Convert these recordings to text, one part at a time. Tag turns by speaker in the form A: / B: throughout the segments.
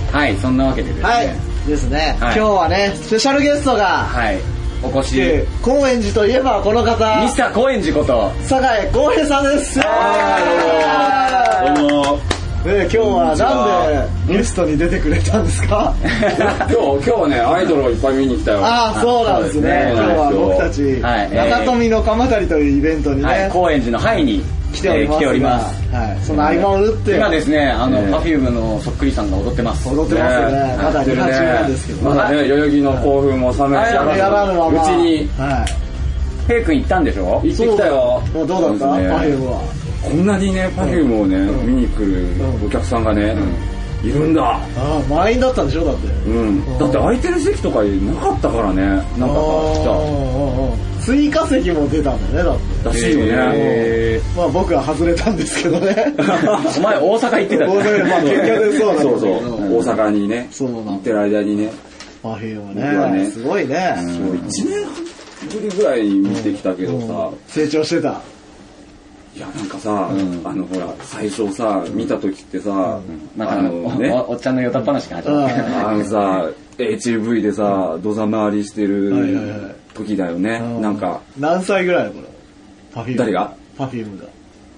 A: ですね。は
B: はい。ですね。今
A: い
B: 日はね、スペシャルゲストが、
A: はい。お越し、
B: 高円寺といえばこの方
A: ミ、スター高円寺こと、
B: 酒井浩平さんです。
C: どうも
B: ね、今日はなんでゲストに出てくれたんですか
C: 今日今日はねアイドルをいっぱい見に来たよ
B: ああ、そうなんですね。今
C: そ
B: 日
C: う
B: は僕た
C: なん
B: ち、
A: はい
B: 中富の鎌足りというイベントにね、
A: はい、高円寺のハイに
B: 来ておりま
A: え
B: すが、
A: ー来ております。
B: はい、その合間を打って、
A: 今ですね、あの、
C: えー
A: パフュームのそっくりさんが踊ってます。
B: 踊ってますよね。
C: ね
B: まだリハ中なんですけど、
C: まだね代々木の興奮も冷め
A: はい
C: や
B: やらぬま
C: う
B: ま
C: ちに
B: は
A: ペイ君行ったんでしょ
C: 行ってきたよ
B: い、もうどうだった
C: そうですね
B: パフュームは。
C: こんなにね Perfume をね見に来るお客さんがねいるんだ
B: ああ、満員だったんでしょだって。
C: うんだって空いてる席とかなかったからね
B: あ
C: なんか来
B: あ追加席も出たんだね、だって。
C: たらしいよね
A: え
B: まあ僕は外れたんですけど ね。
A: ー お前大阪行ってた
B: 大阪でまあ結局そうなんだけ
C: そ
B: ど。
C: うそう大阪にね
B: そうなんだ
C: 行ってる間にね
B: パフューム
C: 僕は
B: ね。
C: ね
B: すごいね。
C: そう1年半ぶりぐらい見てきたけどさ
B: 成長してた。
C: いやなんかさ、
A: ん
C: あのほら最初さ見た時ってさ、
A: なんか
C: あ
A: あの
C: のね
A: おおっちゃんのよたっ話が始まって。
B: うん
C: あのさ HV でさ土佐回りして
B: はいはいはい
C: る時だよね、
B: うん
C: なんか
B: 何歳ぐらいこれ。パフューム。
C: 誰が
B: パフュームだ。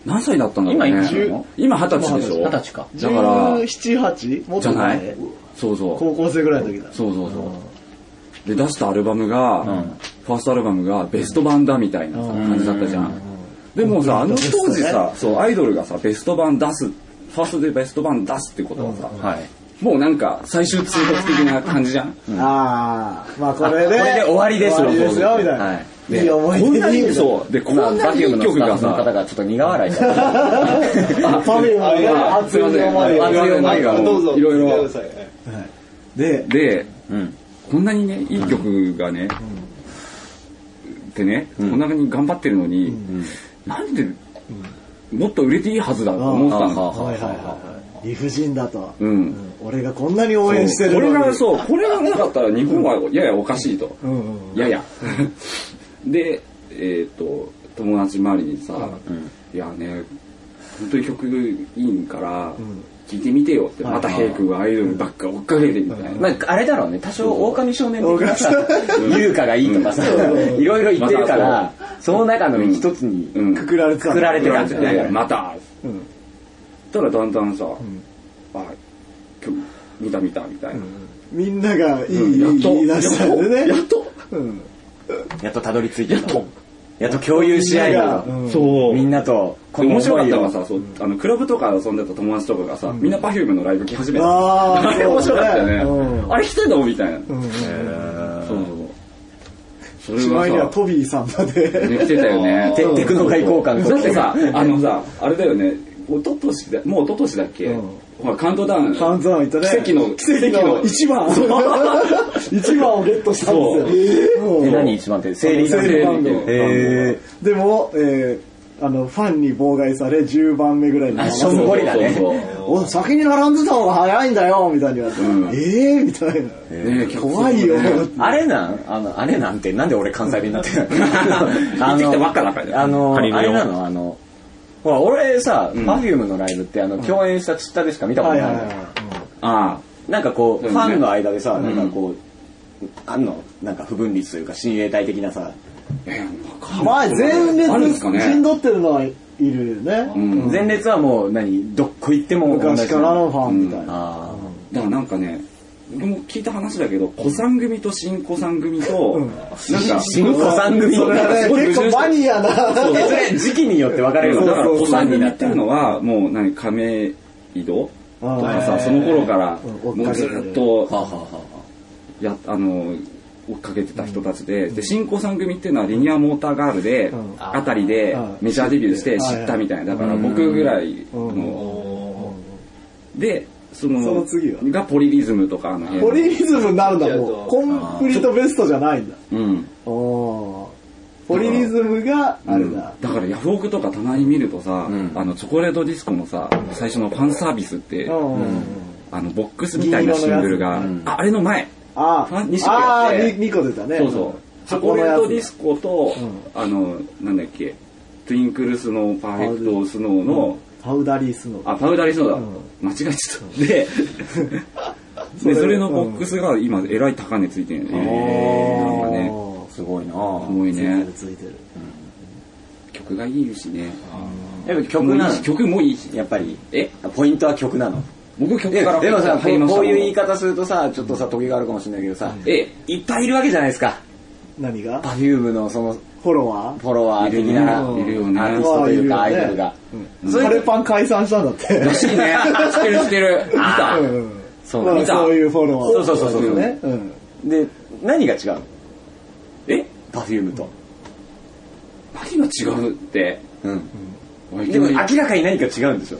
C: 何歳だったんだろうね
A: 今いくつ
B: な
A: の
C: 今二十歳でしょ
A: 二十歳か
C: だから
B: 17、8? もっ
C: じゃ
B: と
C: な
B: 前
C: いそうそう
B: 高校生ぐらいの時だ。
C: そうそうそうで出したアルバムが、ファーストアルバムがベスト版だみたいなさ
B: うん
C: 感じだったじゃん、でもさあの当時さ、そうアイドルがさベスト版出すファーストでベスト版出すってことはさ、
A: はい。
C: もうなんか最終通告的な感じじゃん。
B: ああ、まあこれ
A: あ
B: で。
A: これで終わりですよ
B: 終わりですよ、みたい
A: は。
B: ないいい思い出
C: こんな
B: に
C: に、そう。で、こん
A: まあ、
C: な
A: バ
C: に
A: キュームの
C: 曲
A: スタッ
C: が
A: フの方が
C: さ、
A: ちょっと苦笑いしちゃった。
B: パフュームはね、
C: あ
B: 熱い思い
C: すいません
B: を
C: 熱い思いが
D: どうぞ。
C: いろいろ
D: 来てください
B: で、
C: で、
A: うん。
C: こんなにね、いい曲がね、ってね、こんなに頑張ってるのに、なんで、もっと売れていいはずだと思った
A: うんあ
C: の
A: は。
B: はいはいはい。理不尽だと。
C: うん
B: うん俺がこんなに応援してる
C: こ
B: の
C: れ
B: に。
C: が、そう、これがなかったら日本はややおかしいと。
B: うんうん。
C: やや。で、えっ、と、友達周りにさ、いやね、本当に曲いいから、聴いてみてよって、またヘイ君がアイドルばっか追っかけてみたいな。
A: まあ、あれだろうね、多少狼少年的なさ
C: う、ん
A: 優香がいいとかさ、いろいろ言ってるか
C: ま
A: ら、その中の一つに
C: うん
A: く
B: くくられてた
A: くられてたん
C: で
A: だよね。
C: また、ただだんだんさ、あ、曲見た見たみたいな。
B: みんながいい、
C: うんやっと
B: 言い出したんでね。
C: やっと
B: うん。
A: やっとたどり着いてやっと。やっと共有し合いだ
B: うん
C: そう
A: みんなと、この
C: 面白か
A: 思
C: っ
A: い
C: たの
A: を
C: が。さ、そうあのクラブとか遊んでた友達とかがさ、みんな Perfume のライブ来始めた
B: あー
C: あれ面白かったよね、
B: そうだねうん
C: あれ来てんのみたいな、
B: うんうん
C: そうそうそう
B: し
C: そ
B: まいに
C: れ
B: は
C: はさ
B: トビーさんまで。
C: ね来てたよ ね
A: テテクノ外交
C: だ
A: 官
C: ってさあのさあれだよね一昨年だもう一昨年だっけ、
B: うん
C: ほらカウントダウン
B: カウントダウン行ったね。
C: 奇跡の
B: 奇跡の一番。 一番をゲットしたんですよ。
A: え、
B: え
A: 何一番って、生理
B: 整理番
C: 整理
B: 号
C: 番。号
A: え
B: でも、えーあの、ファンに妨害され、10番目ぐらいに並ばされ
A: あしょんぼりだね
C: そうそうそう
B: お、先に並んでた方が早いんだよ、みたいに言われて。
C: うん
B: えーみたいな。
C: ねえ
B: 怖いよ。
A: あれなんあの、あれなんて、なんで俺関西弁になって るの
C: 行ってきたばっかだからね
A: あの、あ
C: 仮
A: れ
C: によ
A: なのあの、ほら、俺さ、パフュームのライブって、あの、共演したツイッターでしか見たこと
B: はい
A: ない
B: はい
A: のよ
B: は
C: あ
A: なんかこう、
C: そう
A: フ
C: ね
A: ァンの間でさ、なんかこう、あんの、なんか不分率というか、親衛隊的なさ、
B: い。まあ、前列
C: あるんですかね
B: 陣取ってるのはいるよ
C: あ、う
B: ね。
C: ん、だ
A: 前列はもう、何、どっこ行っても同じ
B: 昔からのファンみたいな。
A: あ
C: からなんかね俺も聞いた話だけど子さん組と新子さん組と、
A: あ。
C: なん
A: し
C: か
A: 新子さん組
B: それは
C: すごい
B: ね、
C: 矛
B: 結構
C: 盾して
B: マニアな。
A: それ時期によって分かれるの。
C: だ
A: だ
C: か
A: からら、
C: 子
A: 子
C: さ
A: さ
C: ん
A: ん
C: に
A: に
C: な
A: な
C: っ
A: ってて
C: る
A: るの。
C: のはもう何亀戸
B: うん
C: とかさその頃から
B: う
C: も
B: ん
C: うずっ
A: は
C: と
A: あはあはあ
C: やあの追っかけてた人たちで、で新興さん組っていうのはリニアモーターガールで、
B: ん
C: あたりで
B: うん
C: メジャーデビューして知ったみたいなだから僕ぐらいの、でその
B: その次は
C: がポリリズムとかあの辺の
B: ポリリズムになるんだ、もう。コンプリートベストじゃないんだ。
C: うん、
B: おーポリリズムが、あれだ。
C: だからヤフオクとかたまに見るとさ、あのチョコレートディスコもさ最初のファンサービスって、
B: うん
C: あのボックスみたいなシングルが、
B: 銀
C: ああれの前
B: あ
C: ファ
B: ー
C: ン二色
B: あ
C: やって
B: ー、2個出たね。
C: そうそう。チョコレートディスコと、あの、なんだっけ、トゥインクルスノーパーフェクトスノーの、
B: パウダリースノー。
C: あ、パウダリスノーだ。
B: うん
C: 間違えちゃった。で、でそれのボックスが今えらい高値ついてるん
B: あ
C: なんかね
B: ー
A: すごいな
C: すごい
B: ついて
C: ね
B: るついてる
C: 曲がいいしね
A: やっぱ曲な
C: もういいし
A: の
C: 曲もいいし
A: やっぱり
C: え
A: ポイントは曲なの
C: 僕曲
A: え
C: から
A: でもさこ
C: 入りま
A: う
C: した
A: こ
C: もん
A: ういう言い方するとさちょっとさ時があるかもしれないけどさ
C: え
A: いっぱいいるわけじゃないですか
B: 何が
A: Perfume のその
B: フォロワー
A: フォロワー的なアー
B: いるねい
A: テ
B: る
C: よね
A: ィストというかアイドルが
B: カレーパン解散したんだって。
C: らしい ね知ってる知ってる見た
B: うんうん
A: そうな
B: ま
A: ん
B: あ
A: だ
B: そういうフォロワー。
A: そうそうそうそう
B: ね。うん。
A: で何が違うの
C: え
A: Perfume と
C: 何が違うって
A: うん
C: おいいき
A: でも
C: な
A: 明
C: り
A: らかに何か違うんでしょ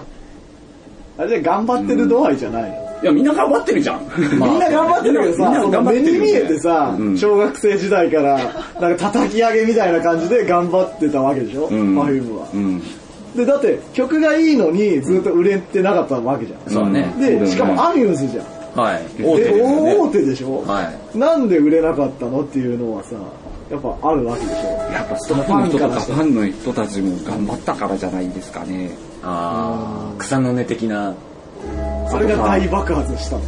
B: あれ頑張ってる度合いじゃないの。
C: いやみんな頑張ってるじゃん
A: まあ
B: みんな頑張ってるけど
C: みん
B: さ、
C: な
B: その
C: 頑張って
B: 目
C: るよね
B: に見えてさ
C: う、ん
B: 小学生時代から、なんか叩き上げみたいな感じで頑張ってたわけでしょ、
C: ん
B: Perfume は
C: う。ん
B: で、だって曲がいいのにずっと売れてなかったわけじゃ
A: そうだね
B: ん。で、しかもアミューズじゃん。
A: はい
B: 大
A: 大手
B: 手
A: ですよね
B: 大手でしょ
A: は
B: なんで売れなかったのっていうのはさ、やっぱあるわけでしょ
C: やっぱスタッフの人とかファンの人たちも頑張ったからじゃないですかね
A: ああ草の根的な
B: それが大爆発したの。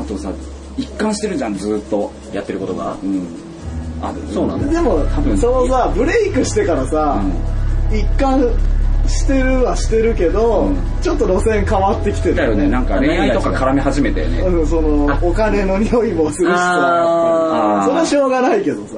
C: あとさ一貫してるじゃんずーっと
A: やってることが
C: うんあ
A: そうなんだ
B: でも
C: 多分
B: そのさブレイクしてからさ、一貫してるはしてるけど、
C: ん
B: ちょっと路線変わってきてる
C: だよねなんか恋愛とか絡み始めたよね
B: うんそのお金の匂いもするしさ
A: あ
B: それはしょうがないけどさ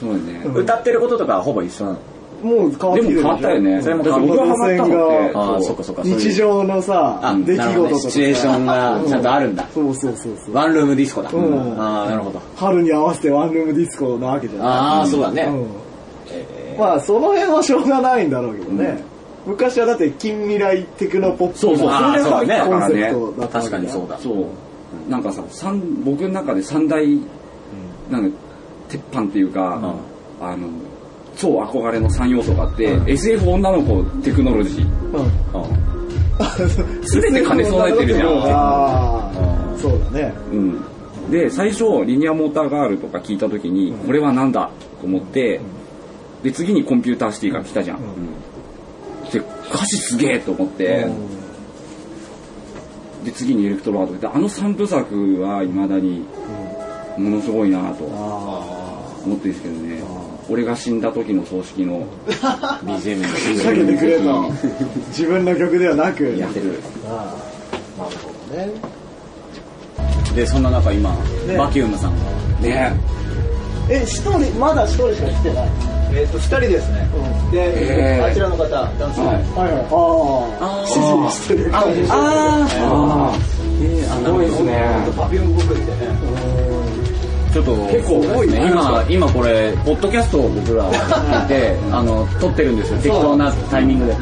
C: そうだね
A: ー歌ってることとかはほぼ一緒なの
B: もう変わっ
C: で
B: て
C: も
B: きてる
C: 変
B: でし
C: わ
B: ょ
C: ったよね
A: それも
C: だって僕がハマったの
A: あ
C: っ
A: あ
C: て
A: そっかそっかそういう
B: 日常のさ
A: あ
B: 出来事と
A: なるほど
B: か
A: ねシチュエーションがちゃんとあるんだ
B: そうそうそうそう
A: ワンルームディスコだ
B: うん
A: ああなるほど
B: 春に合わせてワンルームディスコなわけじゃん
A: ああそうだね
B: うんまあその辺はしょうがないんだろうけどね、昔はだって近未来テクノポップ
C: そうそう
A: あーそうだね
B: コンセプトだったわ
A: 確
B: け
A: かにそうだ
C: そうなんかさ三僕の中で三大なんか鉄板っていうか、あの超憧れの3要素があって、SF 女の子テクノロジー
B: うん
C: 全て兼ね備えてるじゃん
B: あーそうだね
C: うん、で最初リニアモーターガールとか聞いた時に、これは何だと思って、で次にコンピューターシティが来たじゃん、で歌詞すげえと思って、で次にエレクトロワードであの三部作はいまだにものすごいなと思
B: あ
C: ってるんですけどね俺が死んだ時の葬式の
A: BGM に
B: あかけてくれた自分の曲ではなく
C: やってる
B: あーなるほどね
A: でそんな中今
B: ね
A: バキュームさんが
C: ね
B: え一人まだ一人しか来てない
E: えっ、と、二人ですね。で、
C: えー
E: あちらの方、男性。
C: はい
B: はいはいああ支持してる感じ
A: あ
C: ああすごいですね
E: パピオン僕ってね。
A: ちょっと
C: 結構多いね
A: 今今これポッドキャストを僕ら聞いてあの撮ってるんですよ適当なタイミングで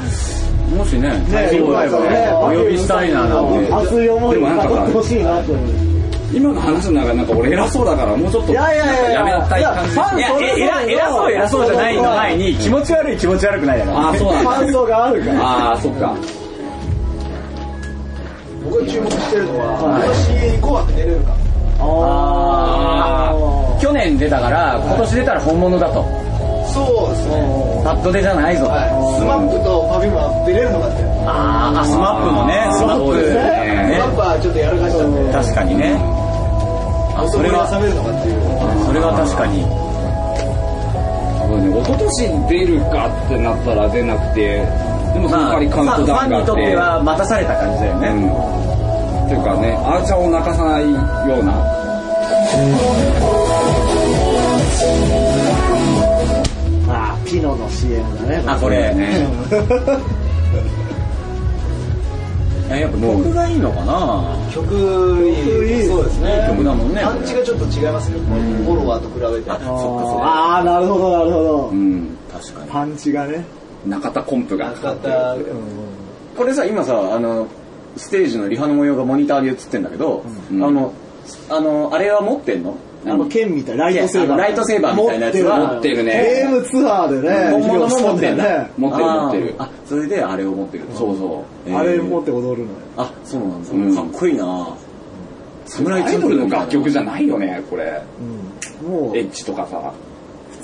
A: もしね
B: ね
A: そうだよねお呼びしたいななんて
B: 熱い思いを語ってほしいなと思う
C: 今の話の中でなんか俺偉そうだからもうちょっと
B: いやいやいやいや
C: やめなさいって感
B: い
C: じ
B: やファン
A: いや
B: それぞれ
A: え偉偉そう偉そうじゃないの前に気持ち悪い気持ち悪くないだから
C: ああそうなんだ
B: 感想があるから
C: ああ、そっか。
E: 僕が注目してるのは、今年紅白出れるか。
B: あー
A: 去年出たから今年出たら本物だと
E: そうですね。
A: パッと出じゃないぞと
E: はい。スマップとパピオンは出れるのかって。
A: あーあスマップもねスマッ
C: そ
A: プ
C: うですね
E: スマップはちょっとやらかしたんで、
A: 確かにねあそ
E: それ
A: れ
E: が
A: は
E: 冷めるのかっていう。
A: それは確かに
C: そうね、一昨年出るかってなったら出なくて、でもその代わりカウントダウン
A: ファン
C: があ
A: に
C: っ
A: とってて、は待たされた感じだよね、
C: うん。っていうかね、アーチャーを泣かさないような。
B: あーピノの CM だね
A: あこれ
C: ね。
A: えやっぱ曲がいいのかな
E: 曲いい。そうですね。
A: 曲だもんね
E: パンチがちょっと違いますよ。フォロワーと比べて。
A: あそっかそっか
B: ああなるほどなるほど
C: うん。
A: 確かに
B: パンチがね
C: 中田コンプが
E: 使った。
A: これさ今さあのステージのリハの模様がモニターで映ってんだけど、
C: ん
A: あのあのあれは持ってんの
B: あの剣みたいライトセー
A: いや
B: バ
A: あの
B: ー
A: ライトセーバーみたいなやつは
C: 持ってるね
B: ゲームツアーでね
A: 本物も持ってん
B: 披露した
A: だ
B: ね
C: 持ってる持ってる
A: あーあそれであれを持ってるそうそう
B: あれ持
A: っ
B: って踊るのよ
A: あそうなんだ、
C: うん
A: かっこいいな侍
C: アイドルの楽曲じゃないよね、これ。
B: うんもう
C: エッチとかさ。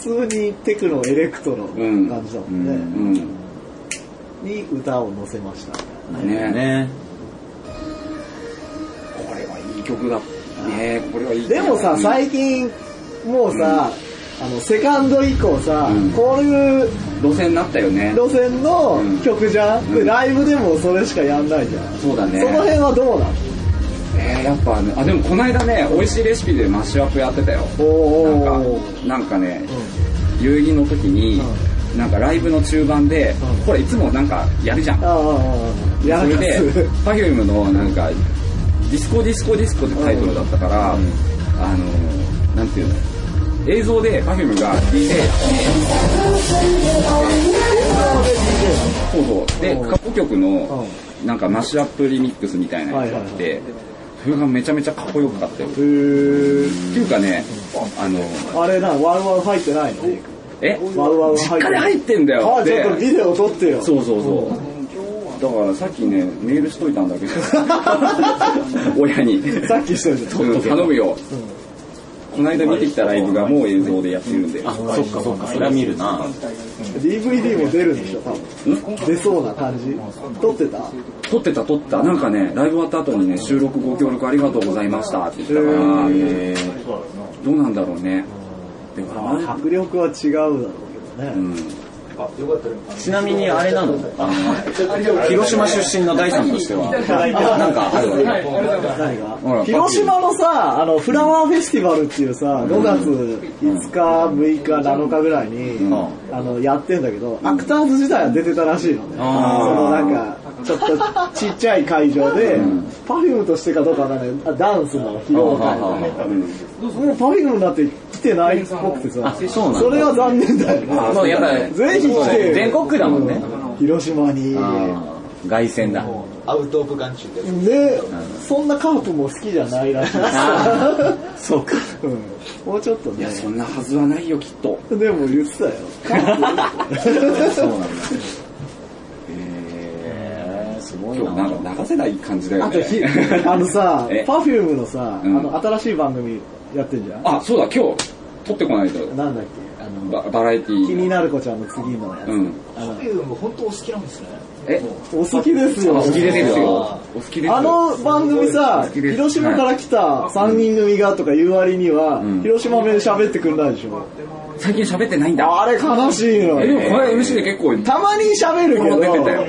B: 普通にテクノエレクトロの感じだもん
A: う
C: う
B: ね
C: ん。
B: に歌を乗せました
A: ね
C: ね。
A: ね
C: これはいい曲だねこれはいい
B: でもさ、最近、もうさ、あの、セカンド以降さ、
C: うん
B: こういう
C: 路線になったよね
B: 路線の曲じゃん、
C: うん
B: でライブでもそれしかやんないじゃん。
C: そうだね
B: その辺はどうなの
C: えー、やっぱねあでもこないだね美味しいレシピでマッシュアップやってたよ
B: おー。
C: なんかなんかね、遊戯の時に、なんかライブの中盤で、
B: うん
C: ほらいつもなんかやるじゃん、
B: ああああ、 や
C: そ
B: ら
C: れ
B: か。
C: です Perfume のなんか「ディスコディスコディスコ」ってタイトルだったから、あのなんていうの映像で Perfume が DJ そうそうで
B: うん
C: 過去曲のなんかマッシュアップリミックスみたいなやつがあっ
B: は
C: てそれがめちゃめちゃかっこよかったよって
B: へー
C: いうかねあの
B: あれな、ワンワン入ってないの
C: え
B: ワンワン
C: 実家で入ってんだよ
B: あ、ちょっと
C: で
B: ビデオ撮ってよ。
C: そうそうそうだからさっきねメールしといたんだ けど親に
B: さっきしてるじゃん。
C: うん頼むよ、この間見てきたライブがもう映像でやってるんで、
F: あ、そっかそっか、それは見るな。
B: DVD も出るんでしょ、多分。出そうな感じ。撮ってた
C: 撮ってた撮ったなんかねライブ終わった後にね収録ご協力ありがとうございましたって言ってたから、
F: へ
C: どうなんだろうねでもあれ
B: 迫力は違うだろうけど
C: う
B: ね。
C: ん
F: ちなみにあれなのあの広島出身の大さんとしては、なんかあるわけ
B: 何
C: ほら
B: が広島のさ、あの、フラワーフェスティバルっていうさ、5月5日、6日、7日ぐらいに、あの、やってんだけど、アクターズ自体は出てたらしいのね。そ
F: あー
B: のなんか、ちょっとちっちゃい会場で、パフュームとしてかどうかわかんないあダンスの披露会
F: あー
B: もうパフュームになって来てないっぽくてさ、
F: あそうなんだ
B: れは残念だよね。
F: もうやっぱり、
B: ぜひ来てよ
F: 全国区だもんね。
B: 広島に。
F: あー凱旋だ。
D: アウトオブガンチュです。
B: ね、そんなカープも好きじゃない らしい。
F: そうか。
B: うんもうちょっと
C: い
B: ね
C: や。そんなはずはないよきっと
B: でも言ってたよ。
F: そうなんだ。へーすごい
C: 今日な
F: な。
C: んか流せない感じだよ
B: あとひ
C: ね、
B: あのさ
C: え、
B: パフュームのさ、あ
C: うん
B: の、新しい番組やってんじゃん
C: あそうだ今日撮ってこないと
B: なんだっけあの、
C: ババラエティ
B: 気になる子ちゃんの次のやつ。
C: うん
B: あの
D: パフュームも本当お好きなんですね。
C: え
B: お好きですよ。
C: お好きですよ
D: あ
C: お好きですよ
B: あの番組さ、
C: きです
B: 広島から来た3人組がとか言う割には、
C: ん
B: 広島弁喋ってくんないでしょ。
C: 最近喋ってないんだ
B: あれ悲しいの
C: えでも
B: よ。
C: これ MC で結構
B: たまに喋るけ
C: 出てた
B: ど、
C: よ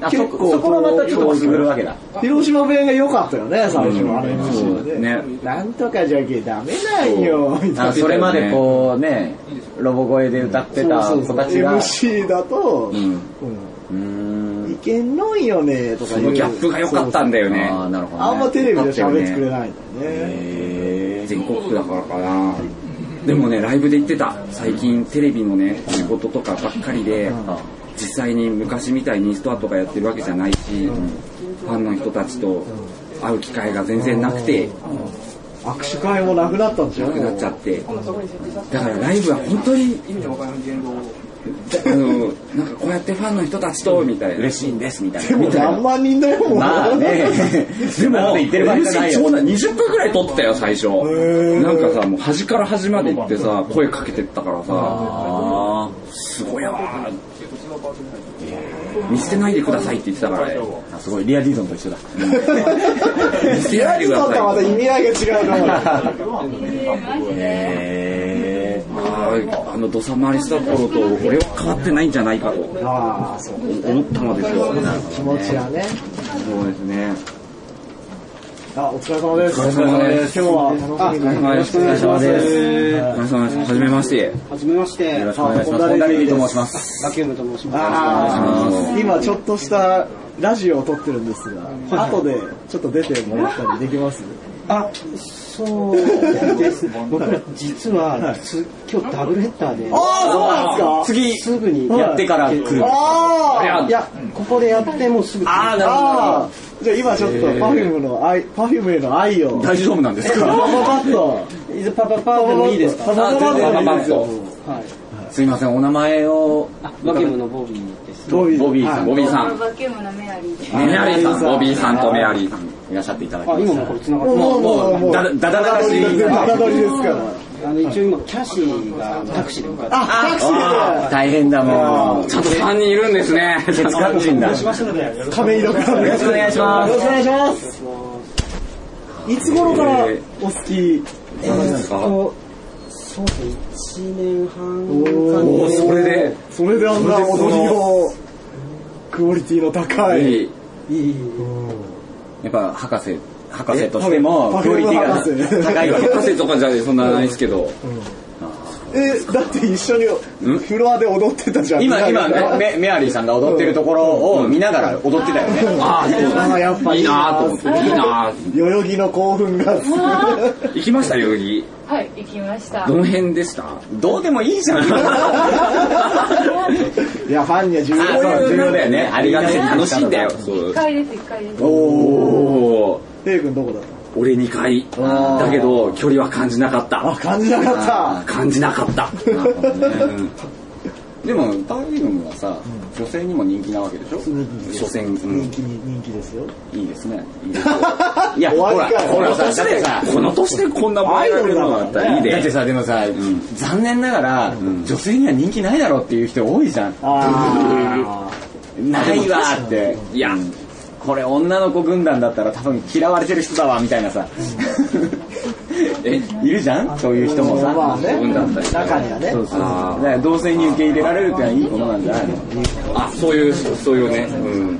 F: あ、そ
B: 結構
F: こ、そこがまたちょっとくるわけだ。
B: 広島弁が良かったよね、最初は。あの MC は
C: そうね
B: なんとかじゃけダメなんよ、みたい
F: あ
B: な。
F: それまでこうね、ロボ声で歌ってた
B: そう
F: 子
B: そう
F: たちが。
B: MC だと、
C: ん
B: う
F: うー
B: ん、い
F: ん。
B: けんのんよね、とか
C: そ
B: 言
C: の
B: う
C: ギャップが良かったんだよね
F: あーなるほどね。
B: あんまテレビで喋ってくれないんだよね。
F: へー
C: 全国区だからかなでもねライブで言ってた最近テレビのね仕事とかばっかりで
F: あ
C: 実際に昔みたいにストアとかやってるわけじゃないしファンの人たちと会う機会が全然なくて
B: 握手会もなくなったんでしょ
C: なくなっちゃってだからライブは本当にあのなんかこうやってファンの人たちとみたいな。
F: 嬉しいんです、みたい
B: で
F: な。
B: も
F: みたいな
B: 何万人だよ、もう。
F: まあね
C: でも、
F: 言ってる場合じゃない
C: MC そう
F: よ。
C: だ、20分ぐらい撮ってたよ、最初。
B: ー
C: なんかさ、もう端から端まで行ってさ、声かけてったからさ、
F: あ
C: すごいわーって見捨てないでくださいって言ってたからね。
F: ーあ、すごい、リアディゾンと一緒だ。
C: 見捨て
B: リ
C: な
B: ア
C: いで
B: ル
C: くだ
B: だったらま
C: さ
B: た
C: い。
B: 意味合いが違うと思う。
F: へー
C: あーあの、土佐回りした頃と、俺は変わってないんじゃないかと思
B: ああ、そう。
C: ったのですよ。
B: 気持ちはね。
C: そうですね。
B: あ、お疲れ様です。
C: お疲れ様です
B: 今日は、あ、
C: よろしくお願いします。お疲れ様です。はじめまして。
G: はじめまして。
F: よろしくお願いします。
B: あ
F: 本田レビと申します。
G: バキュームと申します。
B: あ
F: お願いし
B: ー今ちょっとしたラジオを撮ってるんですが、後でちょっと出てもらったりできます
G: あ、そうです。 僕ら実は、つ今日ダブルヘッダーで、
B: ああ、そうなんですか
F: 次、
G: すぐに
F: やってから来る。
B: ああ
G: いや、ここでやってもうすぐ来る。
F: あーなるほど
B: あーじゃあ今ちょっとパフュームの愛、パフュームへの愛を、パ
F: 大丈夫なんです
B: パ
F: か
B: パパッと、
G: いずパパパでもいいですか
B: パパパパッと
F: あ全然
B: いいですよ
F: パパ
G: はい。
F: すいません、お名前を。
G: あ、バキュームのボビーです。
B: ボビー
F: ボビーさん、
B: はい
C: ボビーさ
H: バ
C: ん、
H: ーキュームのメアリーで
F: メアリーさん、
B: メアリーさん
F: ボビーさんとメアリーさん、いらっしゃっていただき
G: あ、
F: ま
G: 今
F: し
G: も
F: た
G: これ。繋が
B: も
G: って
B: うもうもうもう、
F: だだだだらしい
B: ダダ撮りですから。
G: あの、一応今、キャシーがタクシーで向かって。
B: あ、タクシ
F: あー
B: ー
F: 大変だもう。
C: ちゃんと3人いるんですね。
F: ケツカッチンだ。よ
G: ますので、よろし
B: で亀井六さん
F: ろしくお願いしま
B: よろ
F: す
B: しくお。願いします。
G: く
B: いつ頃から
C: え
B: お好き
F: なんですか
G: と、そうですね、1年半
B: ー
G: 間
C: おーそれで
B: それであんな踊りを、クオリティの高い。
C: い
G: いいいい
F: やっぱ博士、博士としても
B: え
F: クオリティが
B: パフェの博士
F: 高いわけ
C: 博士とかじゃそんなないですけど、
B: え、だって一緒にフロアで踊ってたじゃん。
F: 今、今、
B: あ
F: メメアリーさんが踊ってるところを見ながら踊ってたよね。
C: ああ、そう
B: あ、やっぱ
C: い
B: い
C: い
B: い
C: な
B: な
C: ーと思って、いいなー
B: 代々木の興奮が。
C: 行きましたよ、代々木。
H: はい、行きました
C: ど。の辺でした
F: どうでもいいじゃん。
B: いや、ファンには重要
F: そう
B: だ
F: 重要だよね。ありがて
C: ね
F: え
C: 楽しいんだよ。。そう
H: 一階です、一階です。
C: おお
B: テイ君どこだっ
C: 俺2回。だけど、距離は感じなかった
B: あ、
C: た。
B: 感じなかっ
C: 感じなかった。うん
F: でも、ターリウムはさ、女性にも人気なわけでしょ
C: 所詮、う
B: た。人
C: ん
B: 気に、人気ですよ。
F: いいですね。いいですよいや、
B: 終わ
F: ほら、
B: りかよ
F: ほら
C: この
F: さ、だ
C: 年
F: って
C: で
F: さ、、
C: この年でこんな
B: アイ
C: 前
B: ド
C: られ
B: ル
C: る
B: だから
C: のだったらいい
F: だって
C: で。
F: さ、でもさ、
C: ん
F: 残念ながら、女性には人気ないだろうっていう人多いじゃん。
B: あ
F: ないわーって。
C: いや、
F: これ女の子軍団だったら多分嫌われてる人だわみたいな さえいるじゃんそういう人もさ、
B: まあね
F: 軍団だったりさ
B: 中にはね
F: そうそう
C: あ
F: だから同性に受け入れられるってのはいいことなんじゃないの
C: あ、そういう、そういうね。うん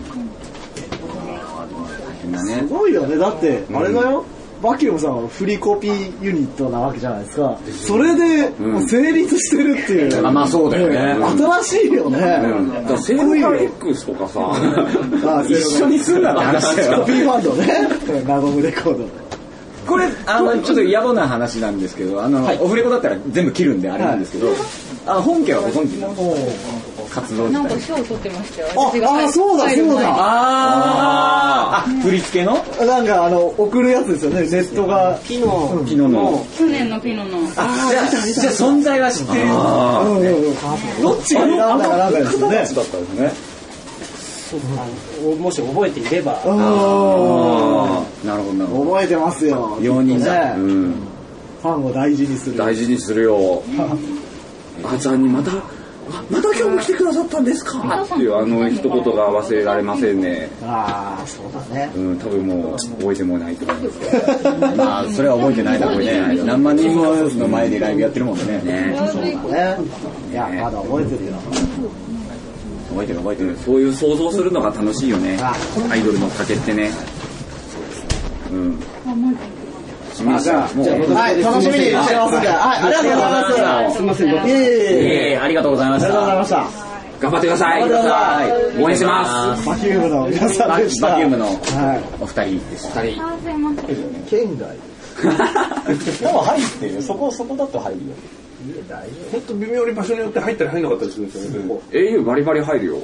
F: みんな
B: あ。す
F: ね
B: ごいよね。だって、あれだよ。バキュームさんは振りコピーユニットなわけじゃないですか。それで、もう成立してるっていう。
F: あまあそうだよね
B: 新しいよね。
C: うんだからセーブカー X とかさ、
B: あ
F: 一緒にすんなって話だ
B: コ
F: よ
B: ピーバンドね。ナゴムレコード。
F: これあのちょっと野暮な話なんですけどあの、オフレコだったら全部切るんであれなんですけど、あ本家はご存知なの活動自
H: なん
F: 体
H: か賞を取ってましたよ。
B: あ
H: 私が入
B: あそうだ
H: 入る前
B: そ
H: に
B: うだ
F: あーあ振り付けの
B: なんかあの、送るやつですよね。ネットが。
G: 昨日、
F: 昨日の
H: 去年のピノの。
F: あじゃあじゃあ存在は知ってる
B: うんうんうん。
F: どっちが選んだ
B: なんだかなんかですよね。
F: だったんですね
G: そうあのもし覚えていれば、
B: うん
F: なるほどなるほ
B: 覚えてますよ。
F: ど容認だ、
B: ね
F: うん、
B: ファンを大事にする。
C: 大事にするよ。あちゃんにまた、あまた今日も来てくださったんですかっていうあの一言が忘れられませんね。
B: ああ、そうだね。
C: うん、多分もう覚えてもないと思いますけ
F: まあそれは覚えてないだ ろうね何万人もの前でライブやってるもんね
C: どね。
B: ね。いや、まだ覚えてるよ。
F: 覚えてる覚えてる
C: そういう想像するのが楽しいよね
B: あ。
C: アイドルの竹ってね。うん。
F: あじゃあもう
B: はい、楽しみにしてますんで。はい、ありがとうございます。
G: すみません、
B: いえいえいえ
F: えー、ありがとうございまし
B: ありがとうござい
F: た
B: ました。
C: 頑張ってください。
B: 頑張ってください
C: はい応援してます。
B: バキュームの皆さんでした。
F: バキュームの
B: は
F: お二人でした
C: 二人。
H: あー、すいません。
B: い。県
A: で
B: 外。
A: も入ってるよ。そこ、そこだと入るよ。
I: 本当微妙に場所によって入ったり入らなかったりするんですよね。ここ
C: au バリバリ入るよ。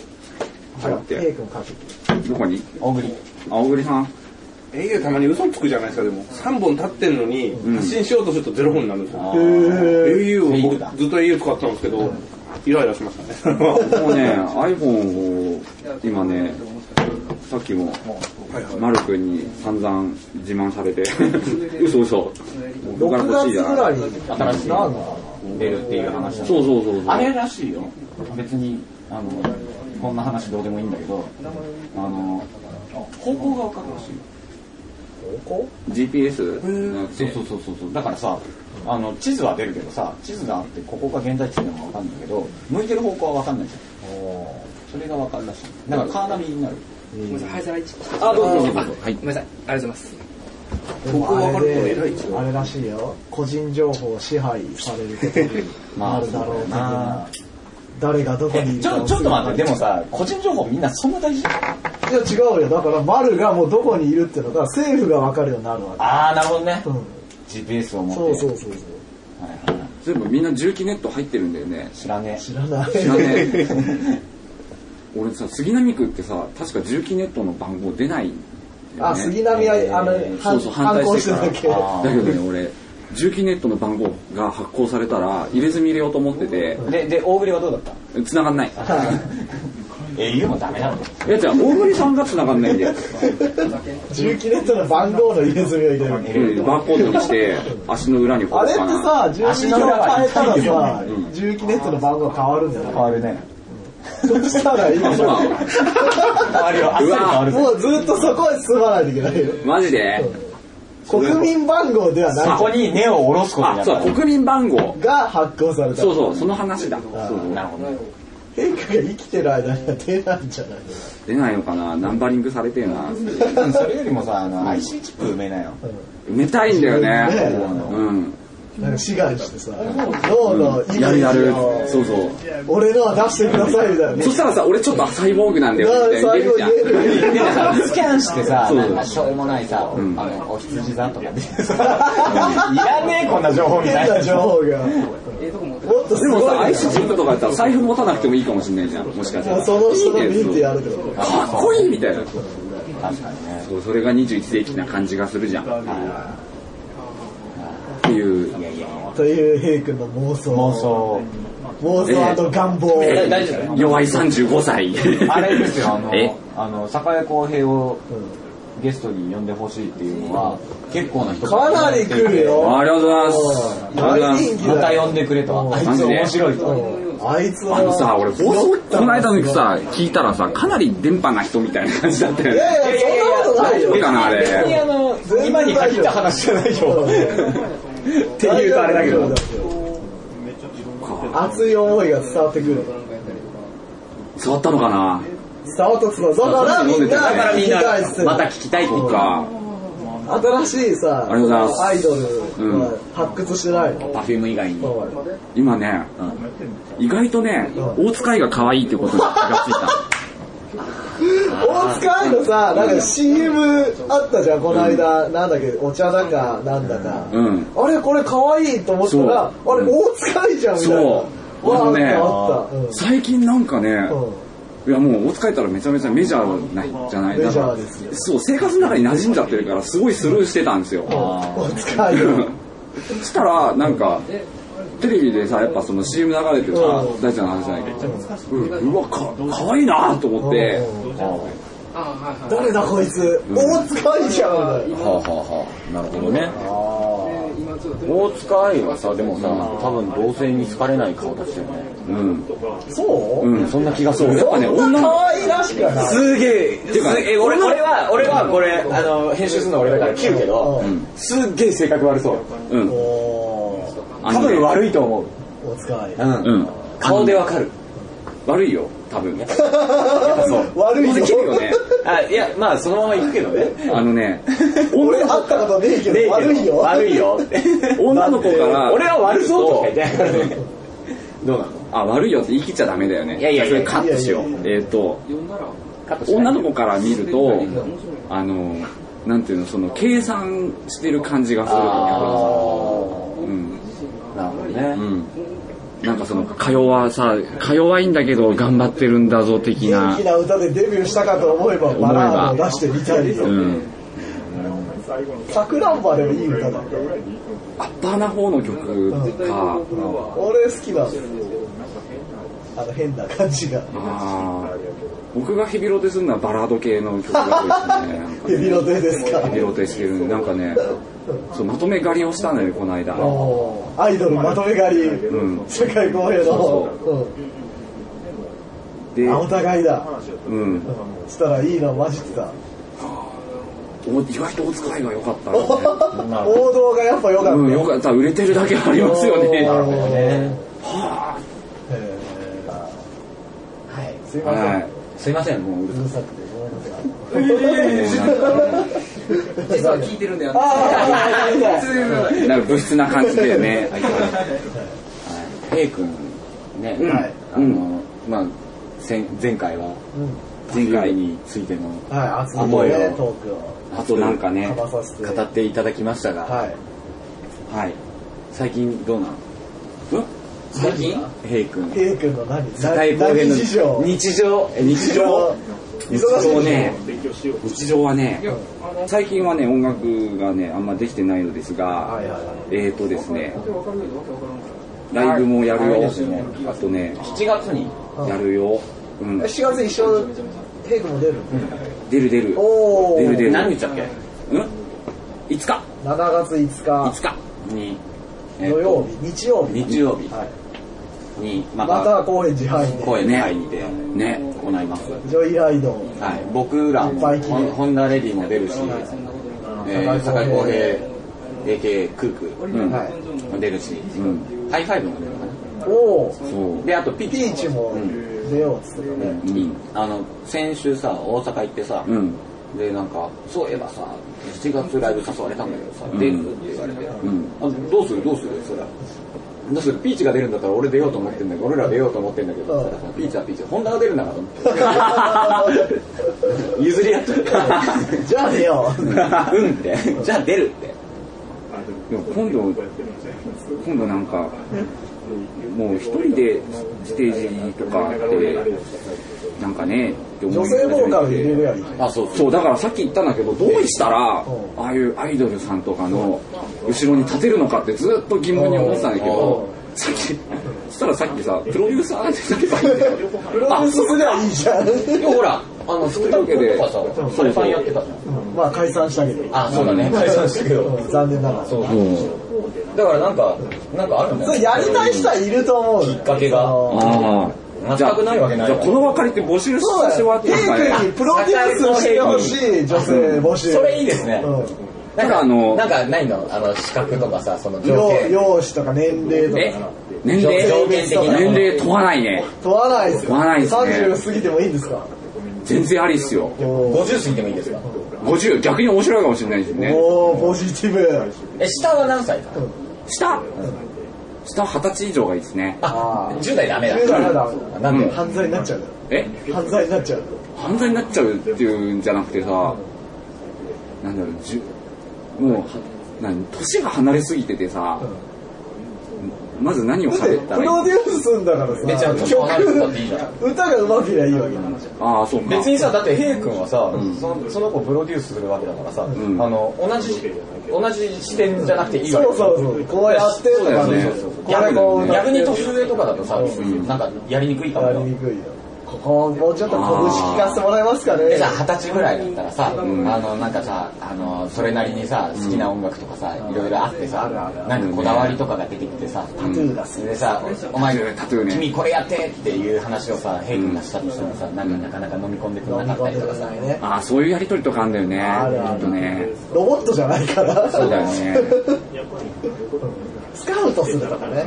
C: 入っ
B: ケ
C: て。
B: イ君かけて。
C: どこに
A: 大栗。
C: あ、小栗さん。
I: 営業たまに嘘つくじゃないですか、でも。3本立ってんのに、発信しようとすると0本になるんですよ。au を
A: フェイ
I: 僕ずっと au 使ってたんですけど、イライラしました ね。
C: もうね、iPhone を今ね、さっきも、マル君に散々自慢さ れて、嘘嘘。僕から
B: 6
C: 欲
B: 月
C: しい
B: ぐ
C: や。
B: らいに。
A: 新しい
B: な
A: の
B: んだ
A: 出るっていう話
C: そうそうそうそう。
A: あれらしいよ。別に、あの、こんな話どうでもいいんだけど、あの、方向が分かるらしいよ。
C: GPS? なん
A: そう
C: て
A: そうそうそうそうだからさあの地図は出るけどさ地図があってここが現在地点なのが分かるんだけど向いてる方向は分かんないじゃんそれが分かるらしいだからカーナビになる
C: あ、どうぞどうぞ。はい。
B: ここあれで、あれらしいよ。個人情報を支配されることになるだろう的な。誰がどこにいる
A: ち
B: か
A: ょ
B: を
A: ちょっと待ってでもさ個人情報みんなそんな大事
B: いや違うよ。だから、丸がもうどこにいるっていうのが政府がわかるようになるわ
A: ああなるほどね
B: け。うん。
A: GPS を持って
B: そうそうそうそう。
A: はいはいはい
C: 全部みんな重機ネット入ってるんだよね。
A: 知らねえ
B: 知らない。
C: 知らね え俺さ、杉並区ってさ、確か重機ネットの番号出ないんだよ
B: あ、
C: ね
B: 杉並は、あの、
C: そうそう反対して
B: る
C: るか
B: だ
C: ら
B: け。
A: あ
C: だけどね、俺、重機ネットの番号が発行されたら、入れ墨入れようと思ってて、
A: でで大栗はどうだった
C: 繋がんない。
A: au もダメなんだ
C: いや、じゃあ、大森さんが繋がんないんだよ。
B: 重機ネットの番号の入れ墨を入れる。
C: うんバーコードにして、足の裏にこ
B: あ
C: う
B: れって
C: かな
B: さ、重機
A: 足
B: 票
A: の裏は
B: 変えたら
A: 痛いよ
B: さ、重機ネットの番号変わるんじゃない
A: 変わるね
B: そしたら今
C: あそうなの
A: 変わるよあっさり変わる
B: もうずっとそこへ進まないといけないよ。
C: マジで
B: 国民番号ではな
A: そこに根を下ろすことにな
C: あ、そうだ、国民番号
B: い。が発行された。
C: そうそう、その話だ。そうそう
A: なるほど。
B: 変化が生きてる間には出ないんじゃない
C: 出ないのかな、ナンバリングされてるな。
A: うんそれよりもさ、あの、IC チップ埋めなよ。
C: 埋めたいんだよね。
B: ね
C: うん。
B: なんか志願してさ、脳のイメ
C: やるや
B: ージ
C: る
B: を。
C: そうそう。
B: 俺のは出してくださいみたいな。
C: そしたらさ、俺ちょっとサイボーグなんだよって言えるじゃん。
A: でも さ、スキャンしてさ、
C: そう
A: なんかしょうもないさ、
C: ん
A: あの、お羊座とかでさ、 いらねえこんな情報みた
B: 変
A: いな
B: な。情報が。もっと
C: ですも
B: ごい
C: さ、アイスチップとかだったら財布持たなくてもいいかもしれないじゃん、もしかした
B: もう
C: ら。
B: その人の
C: いいね
B: 見てやるってこと
C: そうかっこいいみたいな。
A: 確かにね。
C: そう、それが21世紀な感じがするじゃん。っていう。
B: という平君の妄想。
A: 妄。想。
B: 妄想願望。
C: え弱い35歳。
A: あれですよ、あの
C: え、
A: あの、坂井公平を
B: ん
A: ゲストに呼んでほしいっていうのは、結構な人
B: かなり来る。よ。
C: ありがとうございます。ありがとうござ
B: 大
C: います。
B: 人気
A: また
B: だよ。
A: 呼んでくれと。あい
C: マ
A: つ
C: ジで
A: 面白いと。
B: うんあいつは。
C: あのさ、俺放送、この間のさ、聞いたらさ、かなり電波な人みたいな感じだったよ
B: い
C: ね。
B: やいや、そんなことないよ。
C: そうかな、あれ。
A: 今に限った話じゃない よ。
B: っていうとあれだけど。熱い思いが伝わってくる。
C: 座ったのかな
B: 伝わった伝わった。だからみんな、
C: だからみんな
B: 理解す、る
C: また聞きたいっていうか、
B: 新しいさ、
C: ありがとうございます
B: アイドル
C: うん
B: は発掘してないの。
F: パフューム以外に。
B: 今まで
C: 今ね、意外とね、大塚愛が可愛いってことに気がついた。
B: 大塚愛のさ、なんか CM あったじゃん、この間、なんだっけ、お茶だか、なんだか。
C: うん
B: あれ、これ可愛いと思ったら、あ
C: そ
B: れ、大塚愛じゃん、みたいな。
C: そう
B: わ
C: あの
B: あ
C: ね
B: ったあった
C: 最近なんかね、
B: うん。うん
C: いやもう大塚いたらめちゃめちゃメジャーないじゃない
B: メジ
C: だ
B: ャー
C: から
B: ですよ。
C: そう、生活の中に馴染んじゃってるから、すごいスルーしてたんですよ。
B: 大塚愛。
C: そしたら、なんか、テレビでさ、やっぱその CM 流れてるさ
B: うん、
C: 大ちゃんの話じゃないけど、うんうわ、か、かわいいなと思って、
B: うん誰だこいつ、大塚愛じゃんみたい
F: はあ
B: な
F: はあはあ。なるほどね。大塚愛はさ、でもさ、多分同性に好かれない顔だしたよね。
C: うん。
B: そう、
C: うん、そんな気がする。やっぱね、
B: そんな
C: 女の
B: 可愛いらしくはない。
F: すげえ。
C: てか
A: え、俺、俺は、俺はこれ、あの、編集するの俺だから切るけど、すっげえ性格悪そう。
C: うん。
B: おー
C: あ
A: 多
C: のね
A: 分悪いと思う。
B: 大塚愛。
A: うん。
C: うん。
A: 顔でわかる。
C: 悪いよ、多分。そう。
B: 悪い
C: どうせ切るよね。
A: あ、いや、まあ、そのまま行くけどね。
C: あのね、
B: 俺会ったことねえけ
A: ねえけ
B: ど、
A: ど
B: 悪いよ。
A: 悪いよって。
C: 女の子 から、
A: 俺は悪そうとか言ってないからね。どうなの
C: あ、悪いよって言い切っちゃダメだよね。
A: いやいやいや
C: それカットしよう
B: いや。
C: えっと、女の子から見ると、あの、なんていうの、その、計算してる感じがする
A: あ
C: うん。
A: ーなるほど
C: う
A: ね。
C: ん。なんかその、か弱さ、か弱いんだけど頑張ってるんだぞ、的
B: 元
C: な
B: 気。な歌でデビューしたかと思えば、バラードを出してみたり
C: う。ん。
B: さくらんぼでもいい歌だ。
C: アッパーな方の曲か。
B: 俺好きなんですよ。あの変な感じが。
C: あー僕がヘビロテするのはバラード系の曲が多いですねなんか
B: ヘ
C: ね。
B: ビロテですか
C: ヘ。ビロテしてる。なんかね、そう、まとめ狩りをしたのよ、この間。
B: おーアイドルまとめ狩り、
C: うん
B: 世界公平の
C: そ、で
B: うん、、あお互いだ、
C: うん。
B: うん、したらいいの混じってた
C: お意外とお使いが良かったのね。
B: 王道がやっぱ良かった、
C: うん、よかった。売れてるだけありますよね。
B: なるほどね
C: は
B: えーはいすい
C: あ
B: ません、
C: はい。
A: すいません、もう。
B: うるさくてごめんなさい
G: 実は聞いてるんだよね。
C: なんか物質な感じでね。
A: A 君、ね、
B: はい
A: あの、まあ、前前回は、前回についての、
B: はい、熱い
A: 思い
B: ね
A: を、
B: トークを
C: あとなんかね
B: か、まさせて。
A: 語っていただきましたが、
B: はい。
A: はい。最近どうなの
B: 最近
A: ?A 君。
B: ?A 君の何
A: 世界公
B: 何
A: 演の
B: 事情
A: 日常、え日常、
B: 忙しいで
A: 日
B: しょ
A: 常ね、
C: 日常はね、最近はね、音楽がね、あんまできてないのですが
B: はいはいはい、
C: えーとですね、ライブもやるよ。あとね、
A: 7月に、
C: やるよ。うん。
B: 4月一緒、ヘイ君も出る
C: 出る出る。
B: お
C: 出る出
B: ー。
C: る。
A: 何日だっけ
C: うん ?5 日
B: 7月5
C: ?5
B: 日、
C: 日
A: に、えっと
B: 土曜日、日曜日。
A: 日曜日
B: はい。
A: に、ま
B: ま
A: た、
B: た高円寺範囲で。
A: 公演ね、会にて、
C: ね。
A: 行います。
B: ジョイライド。
A: はい、僕らも
B: バイキン
A: ホンホンダレディも出るし、えー坂井康平 AK クーク、
B: はい。
A: も出るし、ハイファイブも出るのか
B: おー、
A: な。で、あとピ
B: ピ
A: ピ
B: ーチも出ようっつってたね。
A: あの、先週さ、大阪行ってさ、で、なんか、そういえばさ、7月ライブ誘われたんだけどさ、出るって言われて、あどうするどうするそれどうするピーチが出るんだったら俺出ようと思ってんだけど、俺ら出ようと思ってんだけど、そしたらピーチはピーチ、ホンダが出るんだなと 思って。譲り合っちゃった。
B: じゃあ出よ う。
A: うんって。じゃあ出るって。
C: でも今度、今度なんか、もう一人でステージとかって、なんかね、って思い
B: 女性ボーカル入れるやり。
A: あ、そう
C: そう、だからさっき言ったんだけど、どうしたら、ああいうアイドルさんとかの後ろに立てるのかってずっと疑問に思ってたんだけど、さっき、そしたらさっきさ、プロデューサーって叫ばれて
B: プロデュースすりゃいいじゃん。
A: でもほら、あの、スクーターケで、それファンやってたじゃん。
B: まあ解散したけど。
A: あ、そうだね。解散したけど。
B: うん残念ながら。そ
A: だからなんか、なんかあるんだ
B: れやりたい人はいると思う。きっ
A: かけが
C: ああ。
A: 全くないわけない
C: じゃあこの別れって募集
B: そう
C: さ
B: だ
C: せてもら
B: よ。
C: ってい
B: ピ
C: いですか
B: ーク
C: ね
B: にプロデュースしてほしい女性募集。
A: それいいですね。
B: うん
C: なんかあの
A: なんかないのあの、資格とかさ、その条
B: 容
A: 件。
B: 容姿とか年齢とかかな。
C: 年
A: 条
C: 齢、
A: 件的な。
C: 年齢問わないね。
B: 問わないですよ。
C: 問わないですね
B: 30過ぎてもいいんですか
C: 全然ありっすよ。
B: おー
A: 50過ぎてもいいですか
C: 50、逆に面白いかもしれないですね。
B: おー、ポジティブ。
A: え、下は何歳か
C: 下、下二十歳以上がいいですね。
A: あ、10代ダメだ。
B: 10代ダメだ
A: うんなんで
B: 犯罪になっちゃうよ
C: え
B: 犯罪になっちゃうよ
C: 犯罪になっちゃうっていうんじゃなくてさ、なんだろう、じゅもうは、何、年が離れすぎててさ、まず何を
B: だって
C: 喋っ
B: プ
C: たらいい
B: ロデュースするんだからさ
A: えじゃあ
B: 曲
A: ちょっと離れてたっていいじゃ
B: 歌が上手けりゃいいわけだから
C: ああ、そうか。
A: 別にさ、だって、ヘイ君はさ、そのその子プロデュースするわけだからさ、
C: ん
A: あの、同じ、同じ視点じゃなくていいわけ
B: そうそうそうこうやってとかね
C: そう
B: これ
A: 逆
B: こう
A: に逆に年上とかだとさ、なんかやりにくいかも
B: やり
A: よ
B: に。くいよここもうちょっと拳聞かせてもらえますかね
A: でさ、二十歳ぐらいだったらさ、あの、なんかさ、あの、それなりにさ、好きな音楽とかさ、いろいろあってさ、なんかこだわりとかが出てきてさ、
B: タトゥーが好き
A: でさ、お前
C: タトゥー、ね
A: 君これやってっていう話をさ、ヘイ君がしたとしてもさ、なんかなかなか飲み込んでくれ
B: 飲み
A: なかった
B: 込ん
A: り
B: で
A: と
B: く
A: か
B: だ
A: さ
B: さ、いね
C: ああ、そういうやりとりとかあんだよね。
B: あるある
C: ほんとね。
B: ロボットじゃないから
C: そうだよね。
B: スカウトするとかね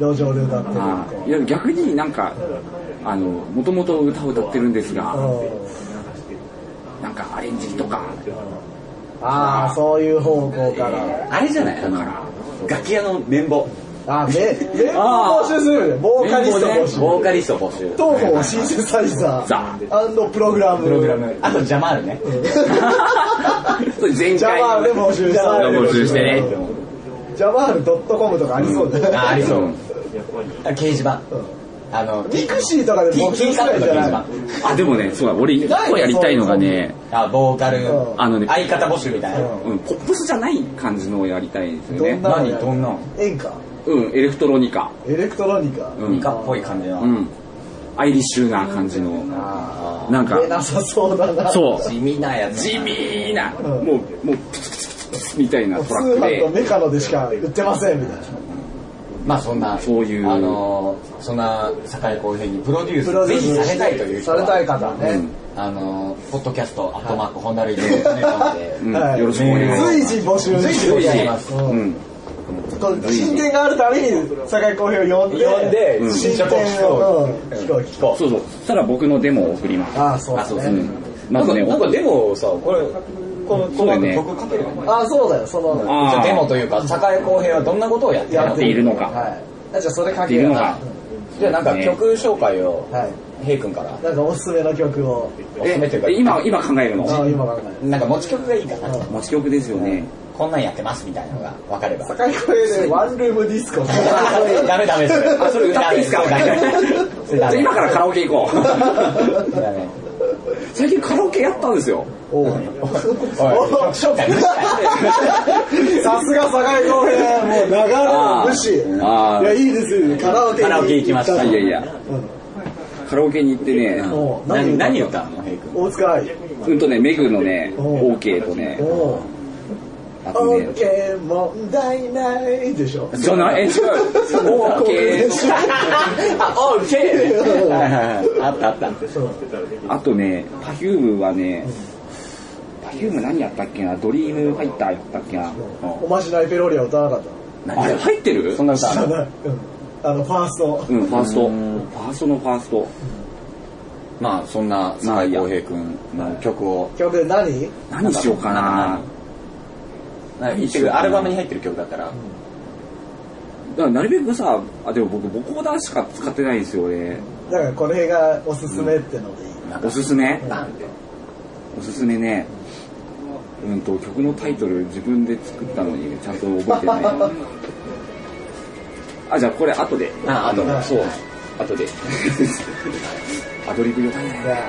B: 路上で歌ってると
C: あ
B: か
C: あいや逆になんか、あの、もともと歌を歌ってるんですが、
B: うん
C: なんかアレンジとか、
B: ああそういう方向から
A: あれじゃないだから、楽器屋の綿棒。
B: あめ連合募集するよねボーカリスト募集
A: ボーカリスト募 集。
B: 東方シンセサイザ
C: ザ
B: ープログラム。プログラム。
A: あと、ジャマールね。
C: それ前
B: ジャ
C: 回
B: マールで募集した。
C: 募集してね。
B: ジャマール .com とかありそうだね。
A: あ、ありそう。あ掲示板
B: ん。
A: あの、
B: ミクシーとかで募集
A: T
B: し
A: カッ
B: た
A: プ
B: い
A: の
B: じ
A: 掲
B: ゃ
A: 示
B: な
A: 板
B: い。。
C: あ、でもね、そうだ、俺一個やりたいのがね、
A: あ、ボーカル
B: うん、
C: あのね
A: 相方募集みたいな。
C: うん、ポップスじゃない感じのをやりたいですよ
B: どん
C: ね。
B: な
A: 何どんなの
B: 演歌
C: うん、エレクトロニカ。
B: エレクトロニカ
C: うん
A: ミカっぽい感じの。
C: うん。アイリッシュな感じの、
A: あ
C: なんか
B: 出、なさそうだな。
C: そ
A: ー地味なやつ。
C: 地味な、
B: うん
C: もう、もう、プツプツプツプツみたいな
B: 通
C: トラック
B: 販と
C: で、
B: メカノでしか売ってませんみたいな。
A: まあそんな、
C: そういう
A: あのー、そんな、坂井公平にプロデュ
B: プロ
A: ース、
B: デュ
A: ぜ
B: ー
A: ひ
B: ス
A: されたいという人
B: さ
A: は
B: れたい方ね。
A: あのー、ポッドキャスト、アットマーク、ホンダルイドで、
C: うん、
B: はい
C: よろしくお願いします。
B: 随時募集
A: 随時
B: して
A: 募集します
B: うん
C: ん
B: こう進展があるたびに、坂井康平を呼んで、
A: 呼んで
B: うん
A: 進
B: 進
A: 捗
B: 展
A: を聞こう
B: をうん聞こう聞こ
C: そうそう。そしたら僕のデモを送りま
B: う。
C: す。
B: ああ、そう
A: あ、
B: だ
A: そうです
B: ね
A: ね。。
C: まずね、
A: なんか
C: お
A: デモをさ、これ、この、こ
C: そうだ
A: の
C: よね
A: 曲かけるよね
B: ああ、そうだよ、その、
C: あー
A: じゃあデモというか、坂井公平はどんなことをやってる
B: や
A: の
B: ってい
C: るのか
B: はい。あじゃあそれか
C: って
B: け
C: い
B: よ
C: う
B: う
C: の
B: な
C: が。、
A: じゃあなんか曲紹介を、
B: はい。
A: ヘイ君から、
B: なんかおすすめの曲を。
A: おめというか
C: え、今、今考える
B: ああ、
C: の
B: 今わかんない。
A: なんか持ち曲がいいかな。
C: 持ち曲ですよね。
A: こんなんやってますみたいなのが分かれば。
B: 高い声でワンルームディスコ。
A: ダメダメそれ。
C: あ、それ歌っていいですか
A: ダメそれ
C: じゃ
A: ダ
C: あ
A: メ
C: 今からカラオケ行こ
A: ダ
C: う。
A: メ。
C: 最近カラオケやったんですよ。
B: おう
A: おい、紹介無視
B: さすが坂井公平、もう流れ無視。い
C: あ
B: や、いいですよ、カラオケ。
A: カラオケ行きました
C: あ、いやいや。カラオケに行ってね、
B: おう
A: 何、何
B: を
A: 歌うのヘイ君。
B: 大塚愛。
C: うんとね、メグのね、
B: おう
C: OK とね
B: お、う
C: あとね、
B: OK、問題ないでしょ。
C: じゃない、え、違う。OK とか
A: あ、オーケーはいはいはい。あったあった。
C: あとね、Perfume はね、Perfume フューム何やったっけなドリームファイターやったっけな、
B: おまじないペロリは歌わなかっ
C: うんあれ入ってる
A: そんな歌あ
B: た。
A: る
B: 知らない。うん。あの、ファースト。
C: うんファーストファーストのファースト
A: まあそんな
C: まあ
A: 酒井
C: いいや
A: 浩平君の曲を
B: 曲で何
C: 何しようかな
A: 言ってくれアルバムに入ってる曲だから
C: だからなるべくさあでも僕ボコーダーしか使ってないんですよね
B: だからこの辺がおすすめってのでいい。
C: おすすめ
A: バンって
C: おすすめねうんと曲のタイトル自分で作ったのにちゃんと覚えてない あじゃあこれ後で
A: ああと
B: はい
A: そう後 で
C: アドリブよか
B: じゃあ、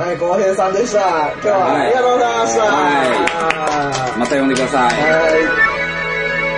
B: 坂井浩平さんでした。今日はありがとうございました。
C: はいまた呼んでください
B: はい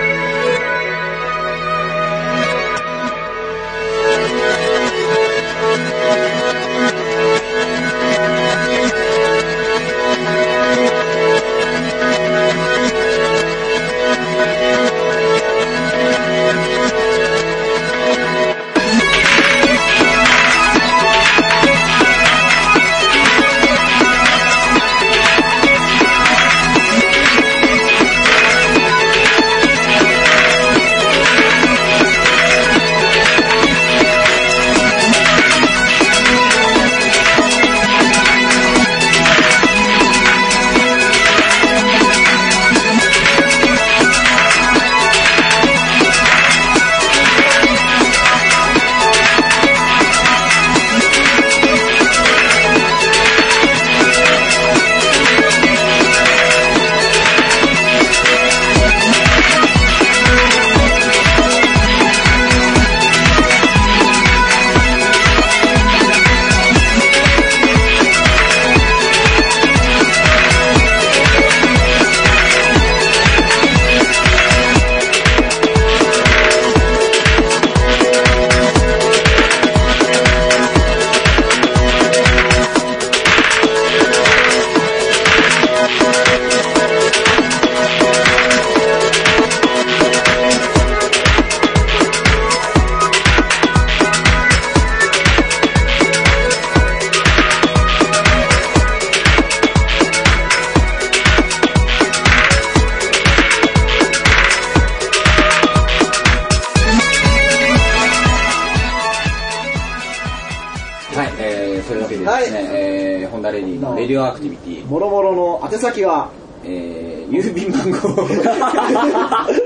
A: はいえーそれだけでですねえーホンダレディのレディオアクティビティ
B: もろもろの宛 先は、
A: えー郵便番号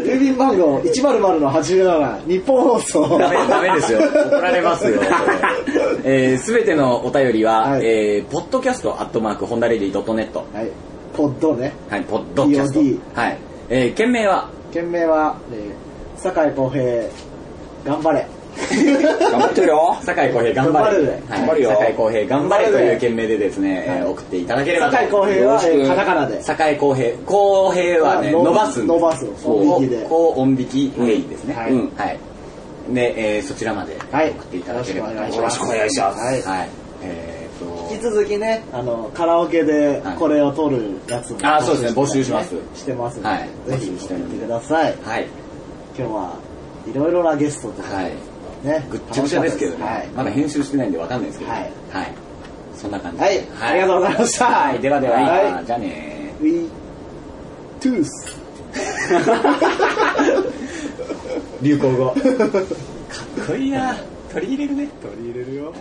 B: 郵便番号100-87、日本放送。
A: ダメダメですよ怒られます よ えーすべてのお便りは
B: はい
A: えーポッドキャストアットマークホンダレディドットネット
B: はい。ポッドね。
A: はいポッドキャス
B: POD
A: トはいえー件名は
B: 件名は、えー、酒井浩平、頑張れ。
A: 頑張ってるよ酒井浩平頑張れは
B: 頑張れ
A: い
B: 頑張るよ
A: 酒井浩平頑張れという件名でですね、えー
B: はい
A: 送っていただければと
B: 酒井浩平は、えーカタカナで。
A: 酒井浩平浩平はね
B: あの
A: 伸ばす
B: 伸ばす
A: こ
B: 音
A: う
B: 引きで
A: こう音引き平易ですね
B: はい
A: うんはいで、えーそちらまで送
B: はい
A: っていただければと
B: よろしくお願いします
A: はい
B: は
A: はいえーと
B: 引き続きね、あの、カラオケで
A: はい
B: これを撮るやつも
A: あーそうですね募集します
B: してますので、
A: はい
B: ぜ
A: 募集
B: ひ
A: して
B: 送
A: る
B: っ
A: んで
B: てください。
A: はい
B: 今日はいろいろなゲストとか
A: はい
B: ね、
A: ぐっちゃぐちゃですけどね、
B: 楽し
A: ま
B: かった
A: だ編集してないんでわかんないですけど
B: はい
A: はい、そんな感じで
B: はいありがとうございました
A: はいではでは、
B: は
A: じゃあね
B: す。はい。We, tooth.
A: ーかっこいいな取り入れるね
B: 取り入れるよ。
A: はい